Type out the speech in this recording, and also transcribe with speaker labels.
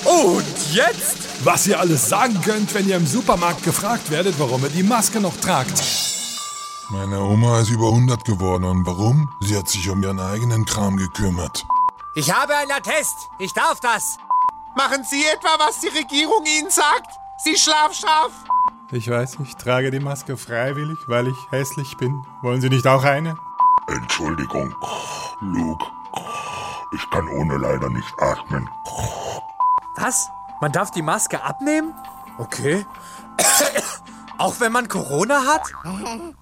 Speaker 1: Und jetzt, was ihr alles sagen könnt, wenn ihr im Supermarkt gefragt werdet, warum ihr die Maske noch tragt.
Speaker 2: Meine Oma ist über 100 geworden und warum? Sie hat sich um ihren eigenen Kram gekümmert.
Speaker 3: Ich habe einen Attest. Ich darf das.
Speaker 4: Machen Sie etwa, was die Regierung Ihnen sagt? Sie Schlafschaf!
Speaker 5: Ich weiß, ich trage die Maske freiwillig, weil ich hässlich bin. Wollen Sie nicht auch eine?
Speaker 6: Entschuldigung, Luke. Ich kann ohne leider nicht atmen.
Speaker 3: Was? Man darf die Maske abnehmen? Okay. Auch wenn man Corona hat?